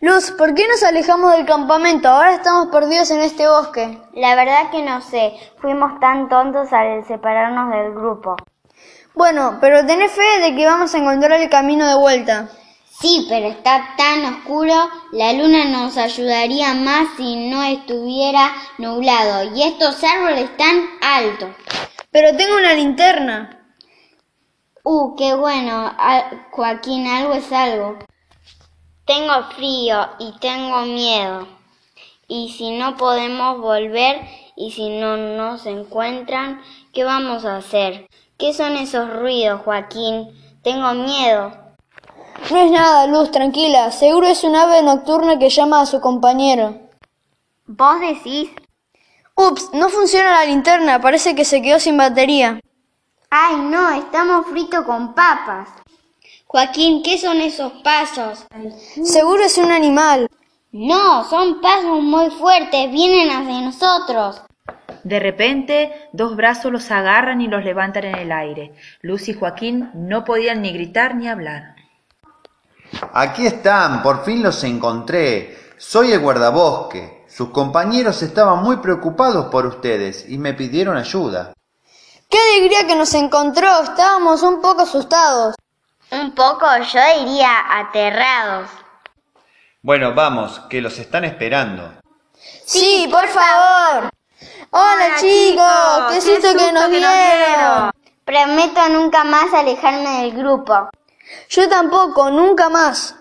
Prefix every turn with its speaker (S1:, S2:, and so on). S1: Luz, ¿por qué nos alejamos del campamento? Ahora estamos perdidos en este bosque.
S2: La verdad que no sé, fuimos tan tontos al separarnos del grupo.
S1: Bueno, pero tenés fe de que vamos a encontrar el camino de vuelta.
S3: Sí, pero está tan oscuro, la luna nos ayudaría más si no estuviera nublado y estos árboles tan altos.
S1: Pero tengo una linterna.
S3: Uh, qué bueno,
S2: Ah,
S3: Al- Joaquín, algo es algo.
S2: Tengo frío y tengo miedo. Y si no podemos volver y si no nos encuentran, ¿qué vamos a hacer? ¿Qué son esos ruidos, Joaquín? Tengo miedo.
S1: No es nada, Luz, tranquila. Seguro es un ave nocturna que llama a su compañero.
S2: ¿Vos decís?
S1: Ups, no funciona la linterna, parece que se quedó sin batería.
S2: Ay, no, estamos fritos con papas.
S3: Joaquín, ¿qué son esos pasos?
S1: Seguro es un animal.
S3: No, son pasos muy fuertes, vienen hacia nosotros.
S4: De repente, dos brazos los agarran y los levantan en el aire. Luz y Joaquín no podían ni gritar ni hablar.
S5: Aquí están, por fin los encontré. Soy el guardabosque. Sus compañeros estaban muy preocupados por ustedes y me pidieron ayuda.
S1: ¡Qué alegría que nos encontró! Estábamos un poco asustados.
S2: Un poco, yo diría, aterrados.
S5: Bueno, vamos, que los están esperando.
S1: Sí, por favor. Hola chicos, qué susto que nos vieron.
S2: Prometo nunca más alejarme del grupo.
S1: Yo tampoco, nunca más.